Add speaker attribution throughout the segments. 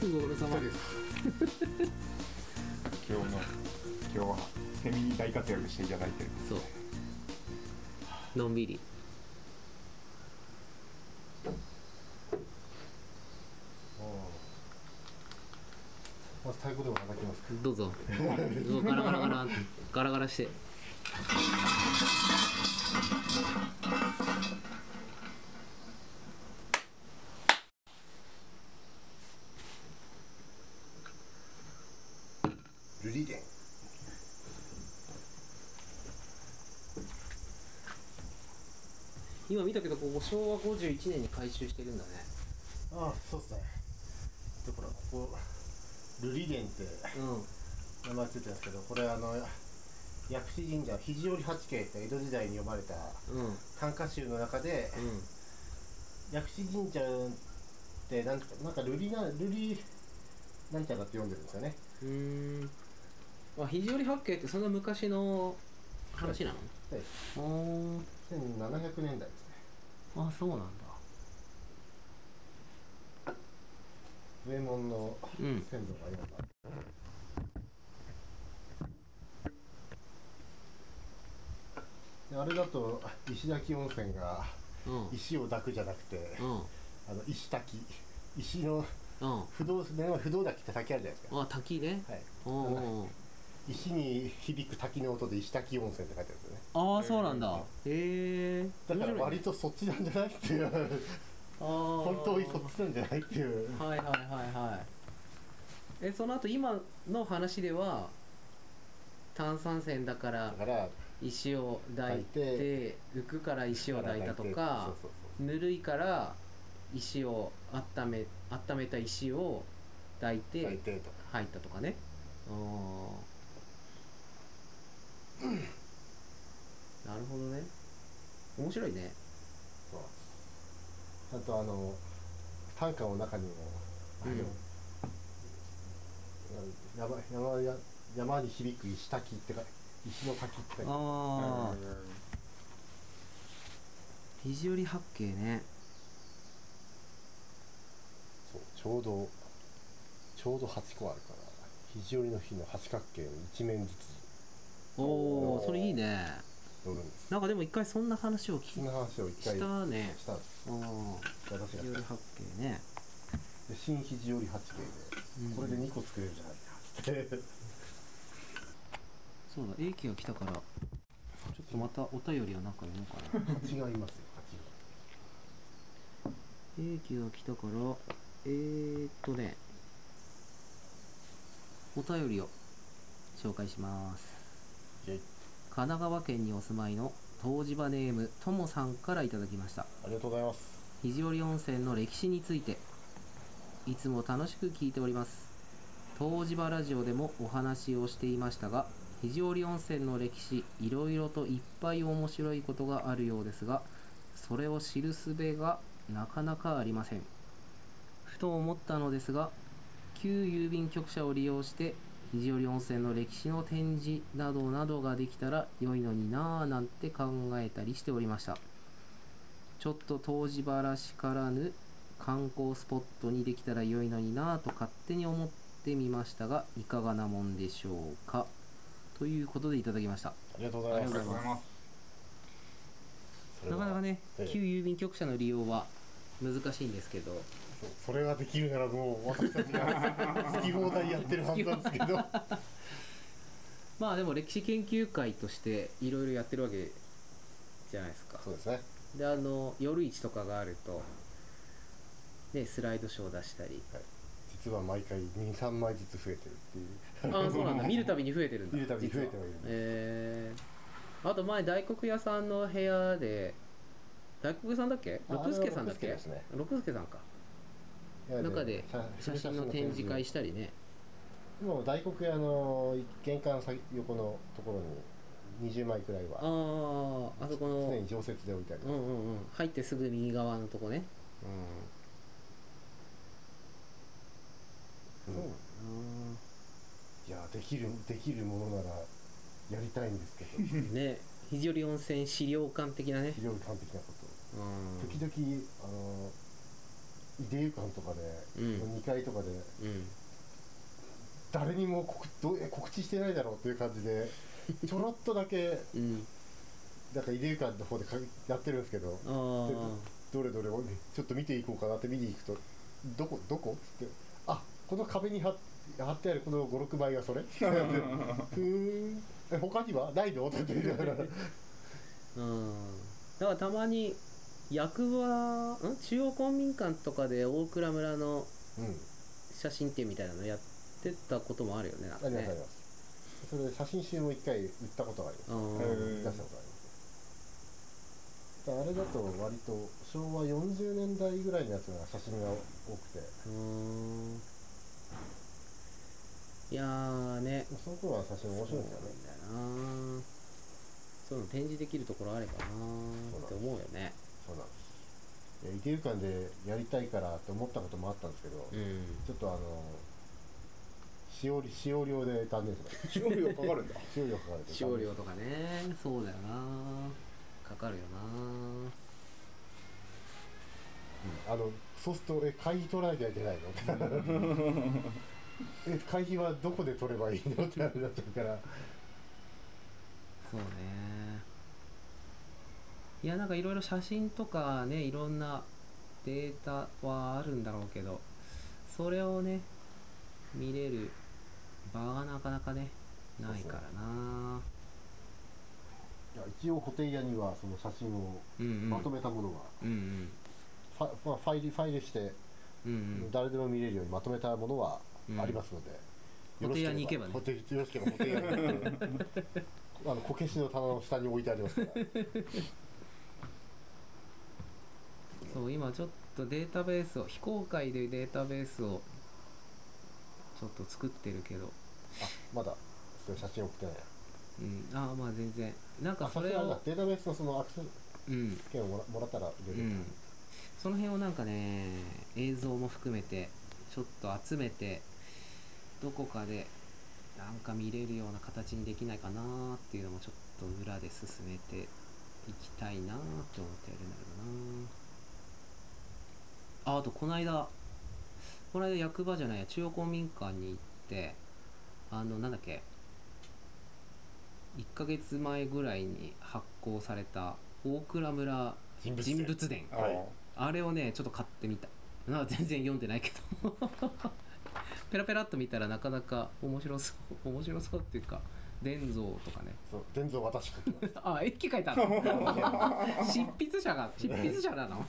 Speaker 1: ご苦労様
Speaker 2: です今日の今日はセミに大活躍していただいてる
Speaker 1: そうのんびり
Speaker 3: まず太鼓でも叩きますか
Speaker 1: どうぞどうぞガラガラガラガラガラして
Speaker 3: ルリデン
Speaker 1: 今見たけどここ昭和51年に改修してるんだね
Speaker 3: ああそうっすねでほらここルリデンって
Speaker 1: う
Speaker 3: 名前ついてるんですけどこれあの薬師神社肘折八景って江戸時代に読まれた
Speaker 1: んうんうん
Speaker 3: 短歌集の中で薬師神社ってなんかなんかルリなルリなんちゃらって読んでるんですよね
Speaker 1: うーんあ肘折八景ってそんな昔の話なの
Speaker 3: はい
Speaker 1: お
Speaker 3: 1700年代ですね
Speaker 1: あそうなんだ
Speaker 3: 上門の
Speaker 1: うん
Speaker 3: 先祖が今だであれだと石滝温泉が
Speaker 1: うん
Speaker 3: 石を抱くじゃなくて
Speaker 1: うん
Speaker 3: あの石滝石の
Speaker 1: うん
Speaker 3: 不動目の前不動滝って滝あるじゃないですか、
Speaker 1: あ滝ね
Speaker 3: はい、
Speaker 1: おうおう
Speaker 3: 石に響く滝の音で石滝温泉って書いてあるんですよね
Speaker 1: ああそうなんだへえ
Speaker 3: だから割とそっちなんじゃないっていう本
Speaker 1: 本
Speaker 3: 当にそっちなんじゃないっていう
Speaker 1: はいはいはいはいえその後今の話では炭酸泉だから
Speaker 3: だから
Speaker 1: 石を抱い
Speaker 3: 抱い
Speaker 1: て浮くから石を抱いたとか
Speaker 3: そうそう
Speaker 1: ぬるいから石を温め温めた石を抱い
Speaker 3: そう
Speaker 1: て
Speaker 3: 大抵とか
Speaker 1: 入ったとかねあー なるほどね面白いね
Speaker 3: あとあの短歌の中にも、
Speaker 1: うん
Speaker 3: あの山山や山に響く石滝ってか石の滝って書いてある
Speaker 1: ああ
Speaker 2: う
Speaker 1: 肘折八景ね
Speaker 3: そうちょうどちょうど8個あるから肘折の日の八角形を一面ずつ
Speaker 1: おおそれいいね
Speaker 3: 乗るんです
Speaker 1: なんかでも一回そんな話を聞
Speaker 3: そんな話を一
Speaker 1: きし
Speaker 3: 回した
Speaker 1: たね
Speaker 3: んです
Speaker 1: うん
Speaker 3: 私が
Speaker 1: 肘折八景ね
Speaker 3: で新肘折八景
Speaker 1: うん
Speaker 3: でこれで2個作れるじゃない かって
Speaker 1: そうだ英気が来たからちょっとまたお便りをなんか読もう かな
Speaker 3: 蜂がいますよ蜂が
Speaker 1: 英気が来たからえー、っとねお便りを紹介します
Speaker 3: イェイ
Speaker 1: 神奈川県にお住まいの湯治場ネームともさんからいただきました
Speaker 3: ありがとうございます
Speaker 1: 肘折温泉の歴史についていつも楽しく聞いております湯治場ラジオでもお話をしていましたが肘折温泉の歴史いろいろといっぱい面白いことがあるようですがそれを知る術がなかなかありませんふと思ったのですが旧郵便局舎を利用して肘折温泉の歴史の展示などなどができたら良いのになぁなんて考えたりしておりましたちょっと湯治ばらしからぬ観光スポットにできたら良いのになぁと勝手に思ってみましたがいかがなもんでしょうかということでいただきました
Speaker 3: ありがとうござい
Speaker 1: あり
Speaker 3: ま
Speaker 1: が
Speaker 3: す
Speaker 1: と
Speaker 2: ご
Speaker 1: う
Speaker 2: ざいます
Speaker 3: それ
Speaker 1: な
Speaker 3: は
Speaker 1: かなかね、
Speaker 3: ええ
Speaker 1: 旧郵便局舎の利用は難しいんですけど
Speaker 3: そうそれができるならもう私たちが 好き放題やってるはずなんですけど
Speaker 1: まあでも歴史研究会としていろいろやってるわけじゃないですか
Speaker 3: そうですね
Speaker 1: であの夜市とかがあるとねスライドショー出したり
Speaker 3: 実は毎回23枚ずつ増えてるっていう
Speaker 1: ああそうなんだ見るたびに増えてるんだ
Speaker 3: 見るたびに増えて
Speaker 1: 実
Speaker 3: はいるんです
Speaker 1: えー、あと前大黒屋さんの部屋で大黒屋さんだっけ
Speaker 3: あ
Speaker 1: 六助さんだっけ
Speaker 3: あれは六助ですね
Speaker 1: 六助さんか中で写真の展示会したりね
Speaker 3: もう大黒屋の玄関先横のところに20枚くらい
Speaker 1: あ
Speaker 3: は
Speaker 1: ああそこ
Speaker 3: 常
Speaker 1: の
Speaker 3: に常設で置いてあり
Speaker 1: う
Speaker 3: ま
Speaker 1: ん
Speaker 3: す、
Speaker 1: うんうん入ってすぐ右側のとこね
Speaker 3: うん
Speaker 1: そう
Speaker 3: いやできるできるものならやりたいんですけど
Speaker 1: だなね肘折温泉資料館的なね
Speaker 3: 非常に完璧なこと
Speaker 1: うん
Speaker 3: 時々あの慰霊館とかで、
Speaker 1: うん
Speaker 3: 2階とかで
Speaker 1: うん
Speaker 3: 誰にも告どうえ告知してないだろうっていう感じ でちょろっとだけ
Speaker 1: うん
Speaker 3: なんか慰霊館の方でかやってるんですけど
Speaker 1: あー
Speaker 3: どれどれちょっと見ていこうかなって見に行くとどこどこってあこの壁に貼っ貼ってあるこの56枚がそれふーんえ他にはないのって言いな がら
Speaker 1: うんだからたまに役場ん中央公民館とかで大蔵村の
Speaker 3: うん
Speaker 1: 写真展みたいなのやってたこともあるよねなん
Speaker 3: あ
Speaker 1: か
Speaker 3: りがとうござい
Speaker 1: ね
Speaker 3: ます。それで写真集も一回売ったことがあります。
Speaker 1: うん
Speaker 2: うん
Speaker 3: 出したことがあります。あれだと割と昭和40年代ぐらいのやつが写真が多くて、
Speaker 1: うんいやーね
Speaker 3: その頃は写真面白いんですよね。
Speaker 1: そうなんだよなそういうの展示できるところあればな
Speaker 3: そう
Speaker 1: ー
Speaker 3: だ
Speaker 1: って思うよね
Speaker 3: そうなんです。いや、池遊館でやりたいからって思ったこともあったんですけど、
Speaker 1: う
Speaker 3: ち
Speaker 1: ん
Speaker 3: ょっとあの、使用り使用料で断念しました。
Speaker 2: 使用料かかる んだ。
Speaker 3: 使用料かかる
Speaker 1: 使用料とかねそうだよなかかるよな
Speaker 3: あのそうするとえ会費取らなきゃいけないのえ会費はどこで取ればいいのってなっちゃうから
Speaker 1: そうねいやなんかいろいろ写真とかねいろんなデータはあるんだろうけどそれをね見れる場がなかなかねないからな
Speaker 3: 一応ホテイヤにはその写真を
Speaker 1: うんうん
Speaker 3: まとめたものが、
Speaker 1: うんうん
Speaker 3: ファまあファイルファイルして
Speaker 1: うんうん
Speaker 3: 誰でも見れるようにまとめたものは
Speaker 1: うん
Speaker 3: ありますので、
Speaker 1: ホテイヤに行けばね
Speaker 3: ホテイよろしければホテイヤに 行ってあのこけしの棚の下に置いてありますから
Speaker 1: そう今ちょっとデータベースを非公開でデータベースをちょっと作ってるけど
Speaker 3: あまだそれ写真送ってない
Speaker 1: うんああまあ全然なんか
Speaker 3: あ
Speaker 1: そ
Speaker 3: それ
Speaker 1: れ
Speaker 3: は
Speaker 1: を
Speaker 3: データベースのそのアクセス
Speaker 1: うん
Speaker 3: 権をもらもらったら入れる、
Speaker 1: うんその辺をなんかね映像も含めてちょっと集めてどこかでなんか見れるような形にできないかなーっていうのもちょっと裏で進めていきたいなーって思っているんだけどなああとこの間この間役場じゃないや中央公民館に行ってあのなんだっけ1ヶ月前ぐらいに発行された大蔵村
Speaker 3: 人物
Speaker 1: 人物伝
Speaker 2: あ
Speaker 3: はい
Speaker 1: あれをねちょっと買ってみたまあ全然読んでないけど ペラペラっと見たらなかなか面白そう面白そうっていうか伝蔵とかね
Speaker 3: そう伝蔵私書きました
Speaker 1: あ絵機描いたの 執筆者が執筆者なの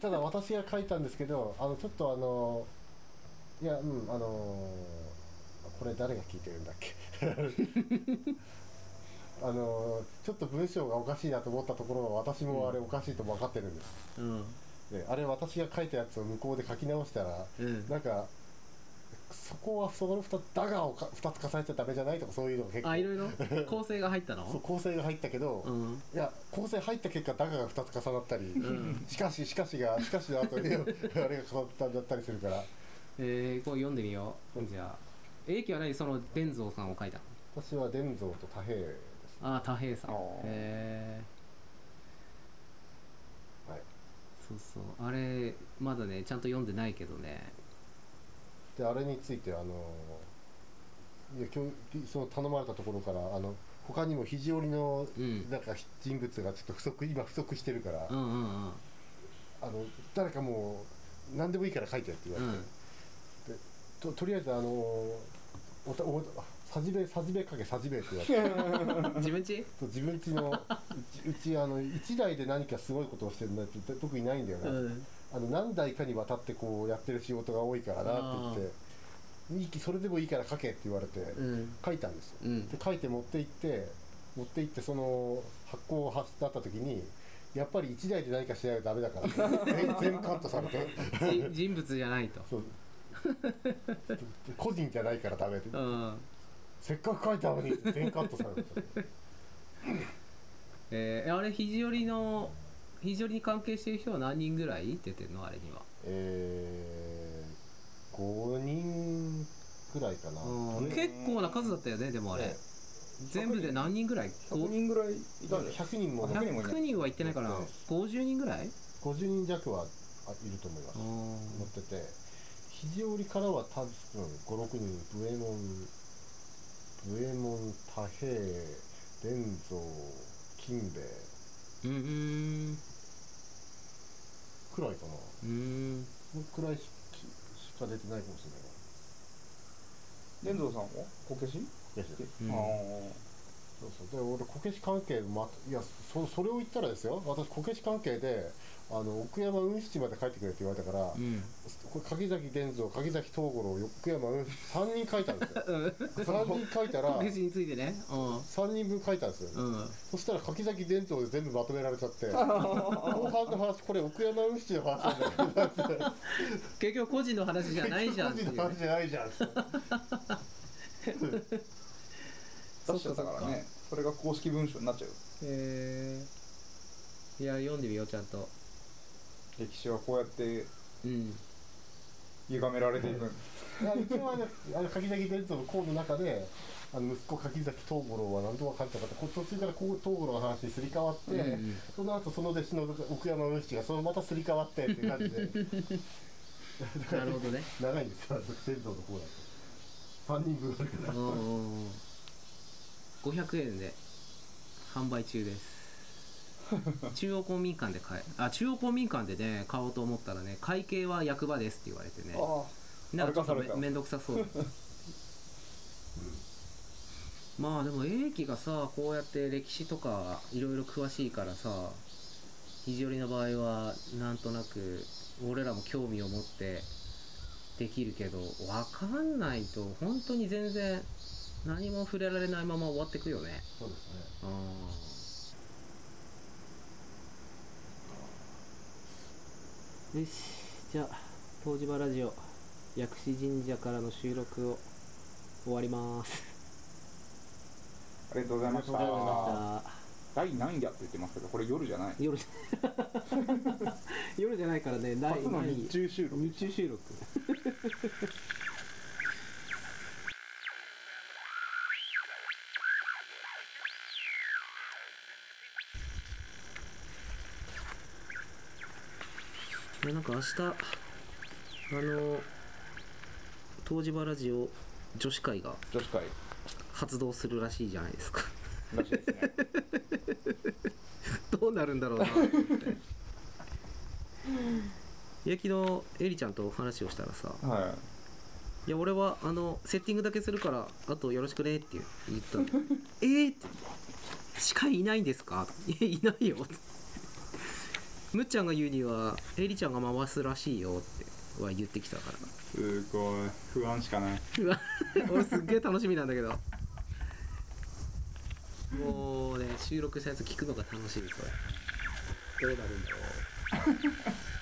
Speaker 3: ただ私が書いたんですけどあのちょっとあのいやうんあのこれ誰が聞いてるんだっけ あのちょっと文章がおかしいなと思ったところは私もあれおかしいと分かってるんです、
Speaker 1: うん
Speaker 3: であれ私が書いたやつを向こうで書き直したら
Speaker 1: うん
Speaker 3: なんかそこはその2つ「だが」をか2つ重ねちゃダメじゃないとかそういうのが結構
Speaker 1: あいろいろ構成が入った
Speaker 3: そう
Speaker 1: の
Speaker 3: 構成が入ったけど、
Speaker 1: うん
Speaker 3: いや構成入った結果「だが」が2つ重なったり、
Speaker 1: ん
Speaker 3: しかししかしがしかしの後に あれが重なったんだったりするから
Speaker 1: えー、こう読んでみようじゃあ英気は何その伝蔵さんを描いたの
Speaker 3: 私は伝蔵と太平です
Speaker 1: ああ多平さん
Speaker 2: あ
Speaker 1: へ
Speaker 2: ー
Speaker 1: え
Speaker 3: はい
Speaker 1: そうそうあれまだねちゃんと読んでないけどね
Speaker 3: であれについてあのいや今日その頼まれたところからあの他にも肘折の
Speaker 1: うん
Speaker 3: なんか人物がちょっと不足今不足してるから、
Speaker 1: うんうんうん
Speaker 3: あの誰かもう何でもいいから書いてって言わ
Speaker 1: う
Speaker 3: れて、
Speaker 1: ん
Speaker 3: ととりあえずあのおたおさじべさじべかけさじべって言われて
Speaker 1: 自分ち
Speaker 3: そう自分ちのうちうちあの1台で何かすごいことをしてるなんて特にないんだよね、
Speaker 1: うん
Speaker 3: あの何代かにわたってこうやってる仕事が多いからなって言っていいきそれでもいいから書けって言われて
Speaker 1: うん
Speaker 3: 書いたんですよ
Speaker 1: うん
Speaker 3: で書いて持って行って持って行ってその発行を発だった時にやっぱり1台で何かしないとダメ だからって全全部カットされて
Speaker 1: じ人物じゃないと
Speaker 3: そう 個人じゃないからダメって
Speaker 1: うん
Speaker 3: せっかく書いたのに全カットされて
Speaker 1: えー、あれ肘折の肘折に関係してる人は何人ぐらい出てんのあれには
Speaker 3: えー、5人くらいかな
Speaker 1: うん結構な数だったよねでもあれ
Speaker 3: ね
Speaker 1: 全部で何人ぐらい
Speaker 2: 100人ぐらいいたんじゃない
Speaker 3: 100人も
Speaker 2: 100人もいない
Speaker 1: 100人は行ってないから
Speaker 3: うん
Speaker 1: 50人ぐらい
Speaker 3: 50人弱はあいると思います
Speaker 1: おー
Speaker 3: 乗ってて肘折からは多分56人ブエモンブエモンタヘイレンゾ金兵衛
Speaker 1: うんうん
Speaker 3: くらいかな
Speaker 1: うん
Speaker 3: そのくらいししか出てないかもしれない
Speaker 2: レンゾーさんはこけし、
Speaker 3: なです
Speaker 1: うん
Speaker 2: あ
Speaker 3: そうそうで俺こけし関係、ま、いやそそれを言ったらですよ私こけし関係であの奥山雲七まで帰ってくれって言われたから、
Speaker 1: うん
Speaker 3: これ柿崎伝蔵柿崎東五郎奥山雲3人書いたんです よ3人書いたら
Speaker 1: こけしについてねう
Speaker 3: 3人分書いたんですよ、
Speaker 1: んうん
Speaker 3: そしたら柿崎伝統で全部まとめられち ゃって後半の話これ奥山運七の話なんだけど
Speaker 1: 結局個人の話じゃないじゃんってい う
Speaker 3: 結局個人の話じゃないじゃんって
Speaker 2: あ出しちゃったからねそれが公式文書になっちゃう
Speaker 1: へえいや読んでみようちゃんと
Speaker 2: 歴史はこうやって
Speaker 1: うん
Speaker 2: 歪められていくん
Speaker 3: いや一応あのあの柿崎伝統の項の中であの息子柿崎藤五郎は何とも書いてなかったこ途中からこう藤五郎の話にすり替わって、
Speaker 1: うん
Speaker 3: その後その弟子の奥山運七がそのまたすり替わってっていう感じで
Speaker 1: なるほどね
Speaker 3: 長いんですよ 伝統の項だと3人分あるから
Speaker 1: うんうんうん500円で販売中です 中央公民館で買えあ中央公民館でね買おうと思ったらね会計は役場ですって言われてね
Speaker 2: あ
Speaker 1: なんかちょっとめ
Speaker 2: 歩かされた
Speaker 1: めんどくさ そうだまあでも英樹がさこうやって歴史とかいろいろ詳しいからさ肘折の場合はなんとなく俺らも興味を持ってできるけど分かんないと本当に全然何も触れられないまま終わってくよね
Speaker 3: そうですね
Speaker 1: うんよしじゃあ東芝ラジオ薬師神社からの収録を終わります
Speaker 2: ありがとうございました
Speaker 3: ありがとうございま
Speaker 1: あ
Speaker 2: 第何夜って言ってますけどこれ夜じゃない
Speaker 1: 夜じゃ夜じゃないからねない
Speaker 2: 初の
Speaker 1: ない
Speaker 2: 日中収録
Speaker 1: 日中収録いやなんか明日あの東芝ラジオ女子会が
Speaker 2: 女子会
Speaker 1: 発動するらしいじゃないですか
Speaker 2: らしいですね
Speaker 1: どうなるんだろうなと思っていや昨日エリちゃんとお話をしたらさ、
Speaker 2: はい
Speaker 1: や俺はあのセッティングだけするからあとよろしくねって言ったのえーって司会いないんですかいやいないよってむっちゃんが言うにはエリちゃんが回すらしいよっては言ってきたから
Speaker 2: いすごい不安しかないう
Speaker 1: わ俺すっげえ楽しみなんだけどもうね収録したやつ聞くのが楽しみこれどうなるんだろう